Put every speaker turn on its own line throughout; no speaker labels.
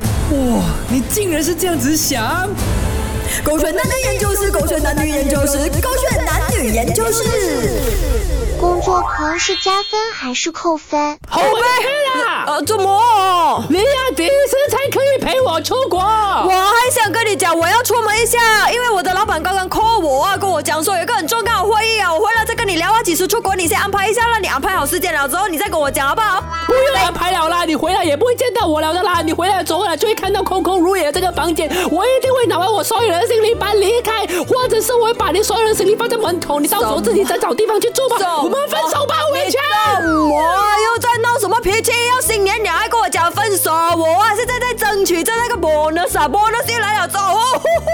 哇，你竟然是这样子想！
狗血男女研究室，狗血男女研究室，狗血男女研究室。
工作狂是加分还是扣分？
好黑啦！
呃，怎么？
你要几时才可以陪我出国？
我还想跟你讲，我要出门一下，因为我的老板刚刚 call 我啊，跟我讲说有一个很重要的会议啊，我回来再跟你聊啊。几时出国？你先安排一下啦，你安排好时间了之后，你再跟我讲好不好？
不用安排了啦，你回来也不会见到我了的啦。你回来走回来就会看到空空如也的这个房间，我一定会拿完我所有的行李搬离开，或者是我会把你所有的行李放在门口，你到时候自己再找地方去住吧。我们分手吧，
你
伟权。
我又在闹什么脾气？要新年你还跟我讲分手？我啊现在在争取着那个 bonus 啊，bonus 一来了之后，呼呼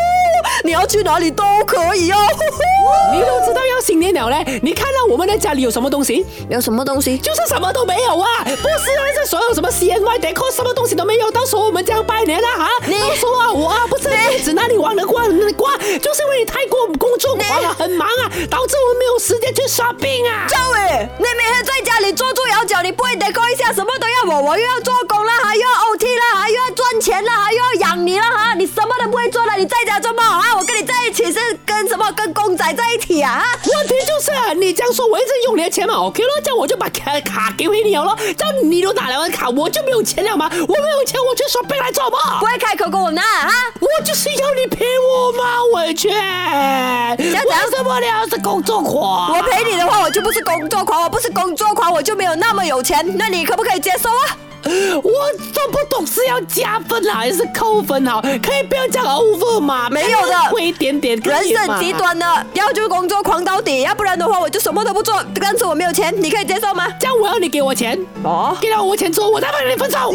你要去哪里都可以哦。呼呼
你都知道要新年了嘞，你看到我们的家里有什么东西？
有什么东西？
就是什么都没有啊！不是啊，这所有什么 CNY deco 什么东西都没有，到时候我们这样拜年了哈、啊，到时候啊，我啊不是日子那里忘了挂了挂，就是因为你太过工作忙了，很忙啊，导致我们没有时间去刷病啊。
赵伟，你每天在家里坐住摇脚，你不会得过一下什么都要我，我又要做工啦，还又要 OT 啦，还又要赚钱啦，还又要养你啦哈，你什么都不会做了，你在家做梦啊？我跟你在一起是跟什么？跟公仔在一起啊？哈
问题就是你这样说，我一直用你的钱嘛，OK 咯，这样我就把卡卡给回你了咯，这样你都打了我的卡，我就没有钱了嘛，我没有钱我去刷病来做
不
嘛，
会开口跟我拿啊哈？
我就是要你陪我嘛，委屈，
样
为什么你要是工作狂？
我陪你的话，我就不是工作狂，我不是工作狂，我就没有那么有钱。那你可不可以接受啊？
我都不懂是要加分好还是扣分好，可以不要这样 over 嘛？
没有的
会一点点可
人
以
是
嘛，
很极端的，要就是工作狂到底，要不然的话我就什么都不做。但是我没有钱，你可以接受吗？
这样我要你给我钱，
哦，
给了我钱之后，我再跟你分手。